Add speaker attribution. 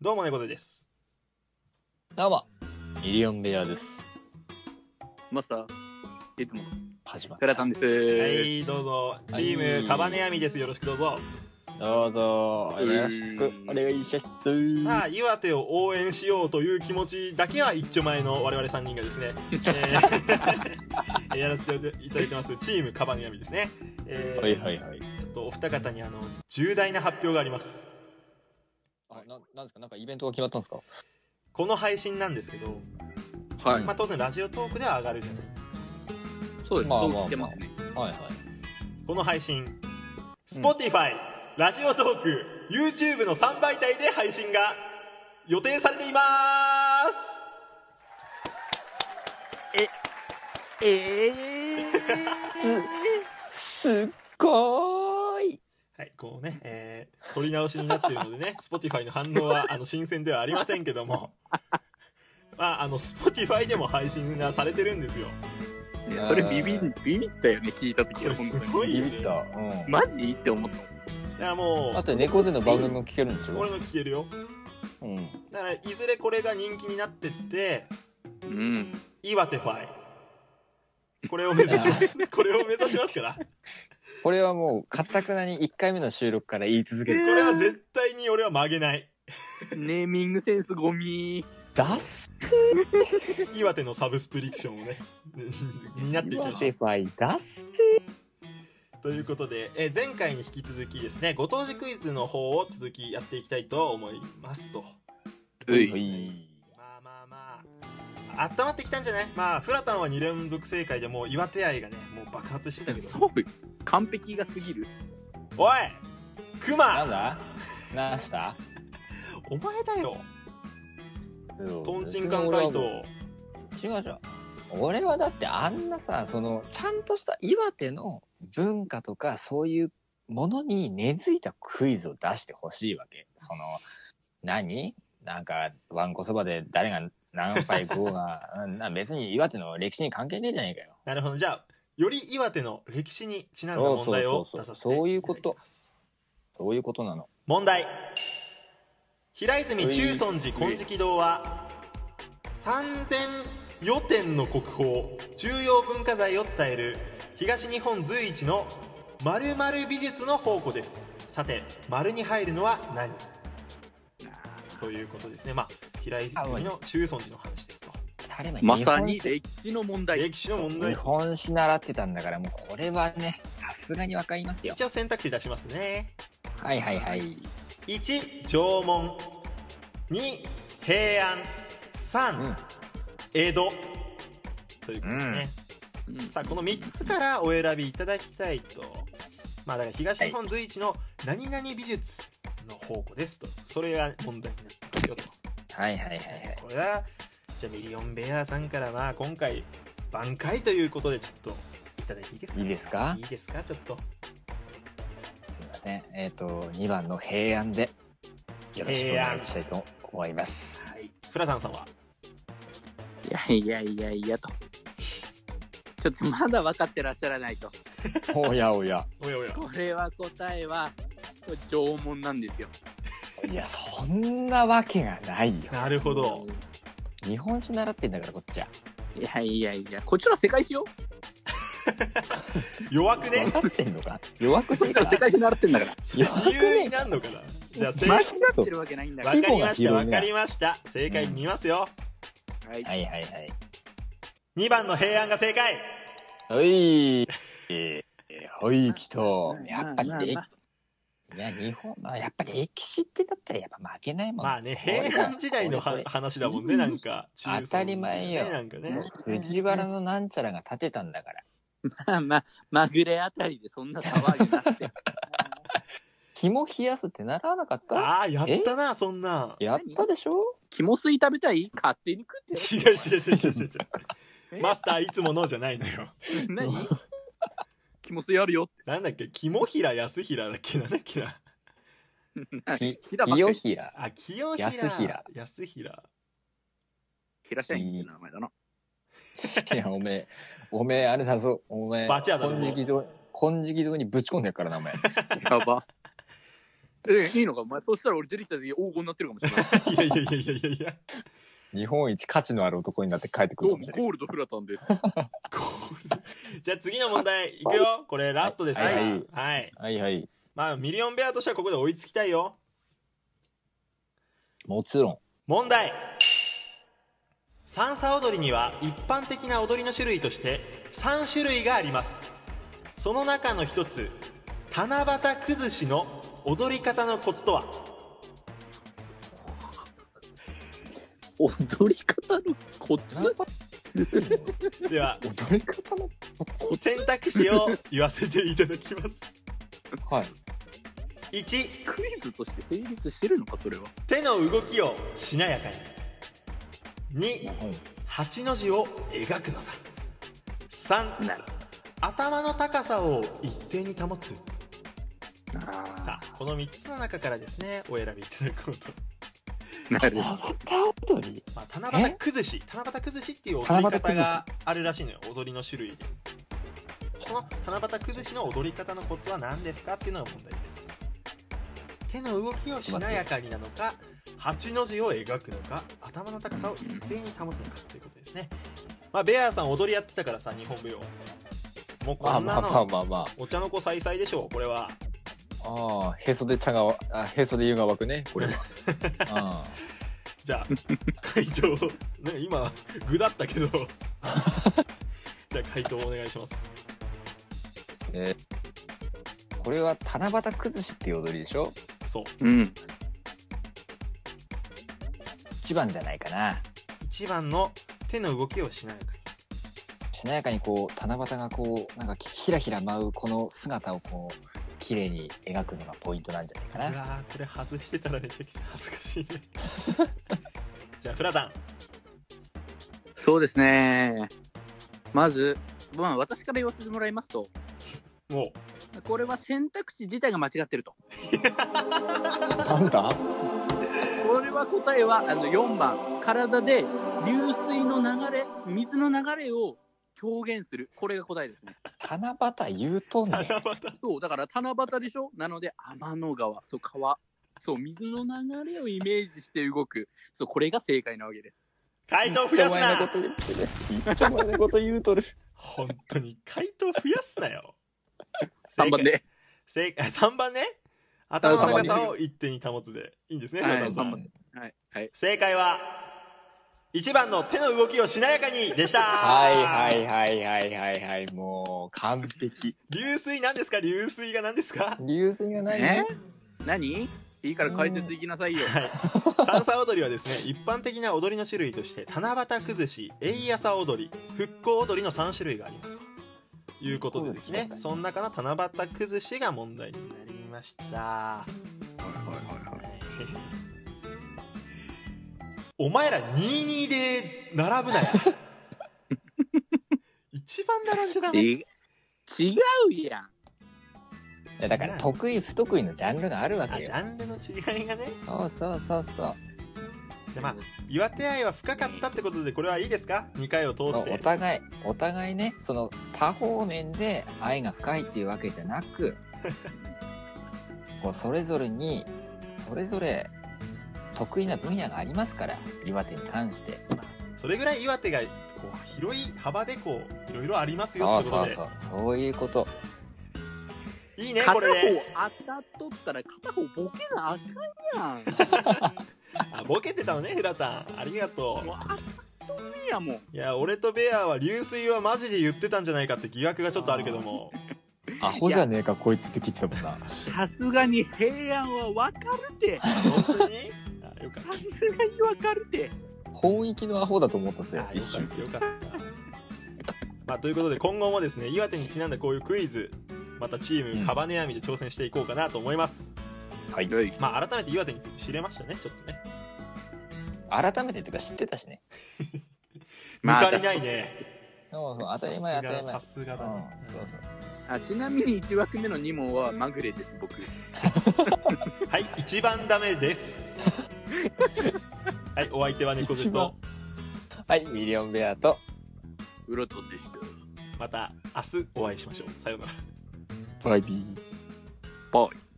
Speaker 1: どうも猫背です。
Speaker 2: どうも、ミリオンベアです。
Speaker 3: マスター、いつも、
Speaker 2: 始まる。
Speaker 3: 寺さんです。
Speaker 1: はい、どうぞ。チームカバネアミです。よろしくどうぞ。
Speaker 2: どうぞ、よろしくお願いします。
Speaker 1: さあ、岩手を応援しようという気持ちだけは一丁前の我々3人がですね、えー やらせていただいてます、チームカバネアミですね。えー
Speaker 2: はいはいはい。
Speaker 1: ちょっとお二方にあの重大な発表があります。
Speaker 2: あ、ななんですか、なんかイベントが決まったんですか。
Speaker 1: この配信なんですけど、
Speaker 3: はい。
Speaker 1: まあ、当然ラジオトークでは上がるじゃないですか。
Speaker 3: そうです。
Speaker 2: まあ
Speaker 3: そ
Speaker 2: まあまあ
Speaker 3: う聞けますね。
Speaker 2: はいはい。
Speaker 1: この配信、Spotify、ラジオトーク、YouTube の3媒体で配信が予定されています
Speaker 3: ええ
Speaker 2: すっごーい。
Speaker 1: はい、こうね、えー、撮り直しになってるのでね、Spotify の反応は、あの、新鮮ではありませんけども、まあ、あの、Spotify でも配信がされてるんですよ。
Speaker 3: いやそれビビん、ビビったよね、聞いた
Speaker 1: こ
Speaker 3: 時
Speaker 1: れ
Speaker 3: は、本
Speaker 1: す
Speaker 3: 当
Speaker 1: ご
Speaker 3: に。
Speaker 1: い
Speaker 2: ビ
Speaker 1: よ、ね。
Speaker 2: ビった。うん。
Speaker 3: マジって思ったもん。
Speaker 1: だからも
Speaker 2: あと猫背の番組も聞けるんでし
Speaker 1: う、
Speaker 2: ょ。
Speaker 1: 俺の聞けるよ。
Speaker 2: うん。
Speaker 1: だから、いずれこれが人気になってって、
Speaker 3: うん。
Speaker 1: 岩手ファイ。これを目指します。これを目指しますから。こ
Speaker 2: これはもう、かたくなに一回目の収録から言い続ける。
Speaker 1: れは絶対に俺は曲げない。
Speaker 3: ネーミングセンスゴミ。
Speaker 2: 出す。
Speaker 1: 岩手のサブスプリクションをね、担っていきましょう
Speaker 2: テ。ファイ出す。
Speaker 1: ということで、えー前回に引き続きですねご当地クイズの方を続きやっていきたいと思いますと
Speaker 3: う。
Speaker 2: はいい。
Speaker 1: まあまあまああったまってきたんじゃないまあフラタンは2連続正解でもう岩手愛がねもう爆発してたけど
Speaker 3: そうよ完璧が過ぎる。
Speaker 1: おいク
Speaker 2: な
Speaker 1: マ
Speaker 2: んだ。なした。
Speaker 1: お前だよと
Speaker 2: ト
Speaker 1: んちんかん回答
Speaker 2: 違う違う俺はだってあんなさそのちゃんとした岩手の文化とかそういうものに根付いたクイズを出してほしいわけその何なんかわんこそばで誰が何杯食おうが うんな別に岩手の歴史に関係ねえじゃねえかよ
Speaker 1: なるほどじゃあより岩手の歴史にちなんだ問題を
Speaker 2: そうそうそ
Speaker 1: 出さ
Speaker 2: うそう
Speaker 1: せていただきます
Speaker 2: そういうことそういうことなの
Speaker 1: 問題平泉中尊寺金色堂は3000予天の国宝重要文化財を伝える東日本随一の〇〇美術の宝庫ですさて〇に入るのは何ということですねまあ平泉の中尊寺の話ですと
Speaker 2: 誰も
Speaker 3: まさに
Speaker 2: 日
Speaker 3: 歴史の問題。
Speaker 1: 歴史の問
Speaker 2: 本史日
Speaker 1: 題
Speaker 2: 本史習ってたんだからもうこれはねさすがにわかりますよ
Speaker 1: 一応選択肢出しますね
Speaker 2: はいはいはい
Speaker 1: 1縄文2平安3、
Speaker 2: うん
Speaker 1: 江戸ということですね、
Speaker 3: うん
Speaker 1: さあこの3つからお選びいただきたいとまあだから東日本随一の何々美術の宝庫ですとそれが問題になってますよと
Speaker 2: はいはいはいはい
Speaker 1: これはじゃあミリオンベアさんからまあ今回挽回ということでちょっといただいていいですか
Speaker 2: いいですか
Speaker 1: いいですかちょっと
Speaker 2: すみません。えっ、と、2番の平安で、よろしくお願いしたいと思います。
Speaker 1: はいフラさんさんはい
Speaker 3: やいやいやいやと。ちょっとまだ分かってらっしゃらないと。
Speaker 2: おやおや。
Speaker 1: おやおや
Speaker 3: これは答えは、縄文なんですよ。
Speaker 2: いや、そんなわけがないよ。
Speaker 1: なるほど。
Speaker 2: 日本史習ってんだから、こっちは。
Speaker 3: いやいやいや、こっちは世界史よ。
Speaker 1: 弱くね
Speaker 2: 分かってんのか弱く
Speaker 3: こっ
Speaker 2: ねえ
Speaker 3: ちは
Speaker 2: か
Speaker 3: 世界史習ってんだから。
Speaker 2: 弱く
Speaker 1: 理由
Speaker 2: ね
Speaker 1: に
Speaker 2: えか
Speaker 1: なんのかなじゃあ正
Speaker 3: 間違
Speaker 1: 解
Speaker 3: ってるわけないんだか
Speaker 1: わ
Speaker 3: ら。
Speaker 1: か
Speaker 2: 規模
Speaker 1: り
Speaker 2: が
Speaker 1: ました
Speaker 2: 広
Speaker 1: わ
Speaker 2: いね
Speaker 1: かりました正解見ますよ、
Speaker 3: はい
Speaker 2: はいはいはい。
Speaker 1: 2番の平安が正解
Speaker 2: おい。えー、おい、きと。やっぱり、
Speaker 3: まあ
Speaker 2: い
Speaker 3: まあ
Speaker 2: や、日本、まあ、やっぱり歴史ってだったらやっぱ負けないもん。
Speaker 1: まあね平安時代の
Speaker 2: こ
Speaker 1: は
Speaker 2: れこれ
Speaker 1: 話だもんねなんか中尊
Speaker 2: 当たり前よ
Speaker 1: ねなんかね
Speaker 2: 藤原のなんちゃらが建てたんだから。
Speaker 3: まあまあ、まぐれあたりでそんな騒ぎなって。
Speaker 2: 紐冷やすって習わなかった
Speaker 1: ああやったなそんなん違
Speaker 2: やったでしょ
Speaker 3: 肝水食べたい勝手に食って
Speaker 1: う違う違う違う違 う違う
Speaker 3: え
Speaker 1: マスターいつものじゃないのよ
Speaker 3: よ。何肝水あるよって。
Speaker 1: なんだっけ肝平安平だっけなんだっけな
Speaker 2: き
Speaker 3: ひだばっか
Speaker 2: 清
Speaker 3: り。
Speaker 2: 平。
Speaker 1: あ清平
Speaker 2: 安平
Speaker 1: 安平
Speaker 3: ひらしゃいんっていう名前だな。
Speaker 2: いや、おめえ、おめえ、あれだぞ、おめえ、
Speaker 1: バチ当たるぞ
Speaker 2: 金色堂、金色堂にぶち込んでやっからな、お前。
Speaker 3: やば。え、いいのかお前、そうしたら俺出てきた時黄金になってるかもしれない。
Speaker 1: いやいやいやいやいやいや。
Speaker 2: 日本一価値のある男になって帰ってくる
Speaker 3: ど
Speaker 2: かも
Speaker 3: うも、
Speaker 2: しれない。
Speaker 3: ゴールドフラタンです。
Speaker 1: じゃあ次の問題いくよ。これラストですから。は
Speaker 2: はいい。はいはい。
Speaker 1: まあミリオンベアとしてはここで追いつきたいよ。
Speaker 2: もちろん。
Speaker 1: 問題。三叉踊りには一般的な踊りの種類として3種類があります。その中の一つ、七夕崩しの踊り方のコツとは
Speaker 3: 踊り方のコツ
Speaker 1: では、
Speaker 2: 踊り方のコツ
Speaker 1: 選択肢を言わせていただきます。
Speaker 2: はい。
Speaker 1: 1、
Speaker 3: クイズとして成立してるのか、それは。
Speaker 1: 手の動きをしなやかに。2、8の字を描くのだ3
Speaker 3: なる
Speaker 1: 頭の高さを一定に保つ
Speaker 2: あ
Speaker 1: さあこの3つの中からですねお選びいただくこと、
Speaker 3: なる
Speaker 2: あ。七夕踊り
Speaker 1: まあ、七夕崩し七夕崩しっていう踊り
Speaker 2: 七夕
Speaker 1: 方
Speaker 2: 崩し
Speaker 1: があるらしいのよ踊りの種類でその七夕崩しの踊り方のコツは何ですかっていうのが問題です手の動きをしなやかになのか8の字を描くのか頭の高さを一定に保つのかということですねまあベアーさん踊りやってたからさ日本舞踊もう
Speaker 2: ま
Speaker 1: こ
Speaker 2: あ
Speaker 1: ん
Speaker 2: ま
Speaker 1: な
Speaker 2: あまあ
Speaker 1: の
Speaker 2: まあま
Speaker 1: お茶の子さいさいでしょうこれは
Speaker 2: あ。ああ、へそで茶がわ、あへそで湯が湧くね、これは。あ
Speaker 1: じゃあ 回答をね今具だったけ どじゃあ回答をお願いします
Speaker 2: あえーこれは七夕崩しっていう踊りでしょ
Speaker 1: そう
Speaker 3: うん。
Speaker 2: 一番じゃないかな。
Speaker 1: 1番の手の動きをしなやかに
Speaker 2: しなやかにこう、七夕がこう、なんかひらひら舞うこの姿をこう、綺麗に描くのがポイントなんじゃないうかな。
Speaker 1: わーこれ外してたらめちゃくちゃ恥ずか しいねじゃあフラタン
Speaker 3: そうですね。まず、まあ、私から言わせてもらいますと、
Speaker 1: もう
Speaker 3: これは選択肢自体が間違ってると。
Speaker 2: なんだ
Speaker 3: これは答えは、あの、4番。体で流水の流れ、水の流れを表現する。これが答えですね。
Speaker 2: 七夕言うとんねん。
Speaker 1: 七夕
Speaker 3: そう、だから七夕でしょなので、天の川。そう、川。そう、水の流れをイメージして動く。そう、これが正解なわけです。
Speaker 1: 回答増
Speaker 2: めっち
Speaker 1: や
Speaker 2: ゃ
Speaker 1: す
Speaker 2: 前の
Speaker 1: な
Speaker 2: こと言ってる。めっちゃ前のこと言うと る。
Speaker 1: 本当に回答増やすな よ
Speaker 3: 3番で。
Speaker 1: 正 解3番ね頭の高さを一定に保つでいいんですね、
Speaker 3: はい
Speaker 1: フラタンさん
Speaker 3: 三番はい。はい。
Speaker 1: 正解は1番の手の動きをしなやかにでした
Speaker 2: はいはいはいはいはいはい。もう、完璧。
Speaker 1: 流水なんですか流水が何ですか
Speaker 2: 流水がない
Speaker 3: え
Speaker 2: ね。
Speaker 3: 何いいから解説いきなさいよ。
Speaker 1: 三叉踊りはですね一般的な踊りの種類として七夕崩し栄朝踊り復興踊りの3種類がありますということでですね
Speaker 2: そうです
Speaker 1: その中の七夕崩しが問題になりましたお前ら22で並ぶな や一番並んじゃダメ
Speaker 3: 違うやん。
Speaker 2: いやだから、得意不得意のジャンルがあるわ
Speaker 1: あ
Speaker 2: け
Speaker 1: ジ
Speaker 2: よ。
Speaker 1: ャンルの違いがね
Speaker 2: そうそうそうそう。
Speaker 1: じゃあまあ岩手愛は深かったってことでこれはいいですか2回を通し
Speaker 2: お
Speaker 1: て
Speaker 2: 互い、お互いね、その、多方面で愛が深いっていうわけじゃ なく、こう、それぞれに、それぞれ、得意な分野がありますから、岩手に関して。
Speaker 1: それぐらい岩手がこう広い幅でこういろいろありますよ
Speaker 2: そ
Speaker 1: っ
Speaker 2: う
Speaker 1: てこと
Speaker 2: そう
Speaker 1: で
Speaker 2: そう、そういうこと。
Speaker 1: いいね
Speaker 3: 片
Speaker 1: こ
Speaker 3: 方
Speaker 1: れね
Speaker 3: 当たっとったら片方ボケなあ かんやん。
Speaker 1: あボケてたのねフラタンありがと
Speaker 3: もう当たっとんねやもん。
Speaker 1: ういや俺とベアは流水はマジで言ってたんじゃないかって疑惑がちょっとあるけども
Speaker 2: アホじゃねえか、こいつって聞いてたもんな。
Speaker 3: さすがに平安はわかるて。
Speaker 1: 本当にあよかっ
Speaker 3: さすがにわかるて。
Speaker 2: 本域のアホだと思ったぜ
Speaker 1: たあ、
Speaker 2: 一
Speaker 1: よかっ
Speaker 2: 瞬。
Speaker 1: たよかったまあということで今後もですね岩手にちなんだこういうクイズまたチー
Speaker 2: う
Speaker 1: ム
Speaker 2: ん
Speaker 1: カバネアミで挑戦していこうかなと思います、
Speaker 2: はい
Speaker 3: い。
Speaker 1: まあ改めて岩手について知れましたねちょっとね
Speaker 2: 改めてというか知ってたしね。
Speaker 1: 抜
Speaker 3: まあ
Speaker 1: かりないね。
Speaker 2: そうそう、当たり前当たり前。
Speaker 1: さすがだね。
Speaker 2: うんそう
Speaker 3: あちなみに1枠目の2問はまぐれです、僕。
Speaker 1: はい、一番ダメです。 はい、お相手は猫背
Speaker 2: 一番
Speaker 1: と、
Speaker 2: そうはい、ミリオンベアと、
Speaker 3: うろとんでした。
Speaker 1: また明日お会いしましょう。さようなら。
Speaker 2: バイビー。
Speaker 3: バイ。